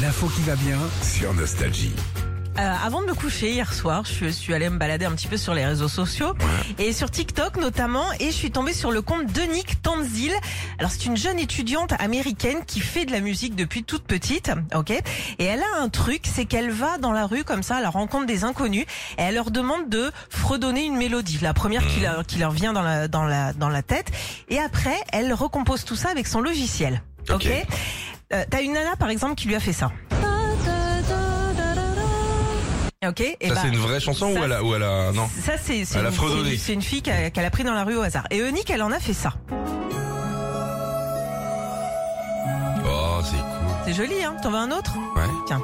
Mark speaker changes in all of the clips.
Speaker 1: L'info qui va bien sur Nostalgie.
Speaker 2: Euh, avant de me coucher hier soir, je suis allée me balader un petit peu sur les réseaux sociaux et sur TikTok notamment, et je suis tombée sur le compte de Nick Tanzil. Alors c'est une jeune étudiante américaine qui fait de la musique depuis toute petite, ok. Et elle a un truc, c'est qu'elle va dans la rue comme ça à la rencontre des inconnus et elle leur demande de fredonner une mélodie, la première qui leur, qui leur vient dans la dans la dans la tête. Et après, elle recompose tout ça avec son logiciel, ok.
Speaker 3: Ok.
Speaker 2: Euh, T'as une nana par exemple qui lui a fait ça. Ok. et
Speaker 3: Ça,
Speaker 2: bah,
Speaker 3: c'est une vraie chanson
Speaker 2: ça,
Speaker 3: ou elle a, ou elle a- Non.
Speaker 2: ça, c'est c'est
Speaker 3: Elle a
Speaker 2: une,
Speaker 3: fredonné.
Speaker 2: c'est- c'est une fille qu'a- qu'elle a pris dans la rue au hasard. Et Eunique, elle en a fait ça.
Speaker 3: Oh, c'est cool.
Speaker 2: C'est joli, hein T'en veux un autre
Speaker 3: Ouais.
Speaker 2: Tiens.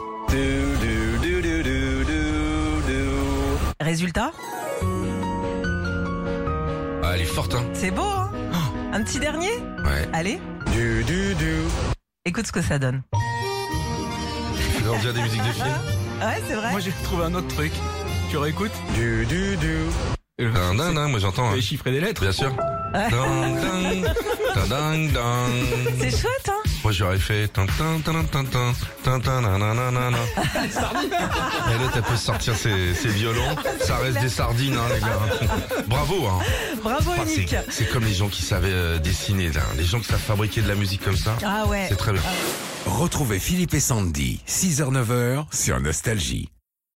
Speaker 2: Résultat,
Speaker 3: Ah, elle est forte, hein.
Speaker 2: c'est beau, hein
Speaker 3: Oh.
Speaker 2: Un petit dernier
Speaker 3: Ouais.
Speaker 2: Allez, écoute ce que ça donne.
Speaker 3: Tu veux dire des musiques de films
Speaker 2: Ouais, c'est vrai.
Speaker 4: Moi j'ai trouvé un autre truc. Tu réécoutes
Speaker 3: Non, non, non, moi j'entends. hein.
Speaker 4: Les chiffres et des lettres.
Speaker 3: Bien sûr.
Speaker 2: Ouais.
Speaker 3: Dang, dang, ta, dang, dang.
Speaker 2: C'est chouette, hein
Speaker 3: Moi j'aurais fait. Tin, tin, tin, tin, tin, tin, tin, nan, nan, nan, nan, nan. Et l'autre, elle peut sortir ses, ses violons. Ça reste des sardines, hein, les gars. Bravo, hein.
Speaker 2: Bravo,
Speaker 3: Enfin,
Speaker 2: Eunique.
Speaker 3: c'est- C'est comme les gens qui savaient euh, dessiner, là. les gens qui savent fabriquer de la musique comme ça.
Speaker 2: Ah ouais.
Speaker 3: C'est très bien.
Speaker 1: Retrouvez Philippe et Sandy, 6h-9h sur Nostalgie.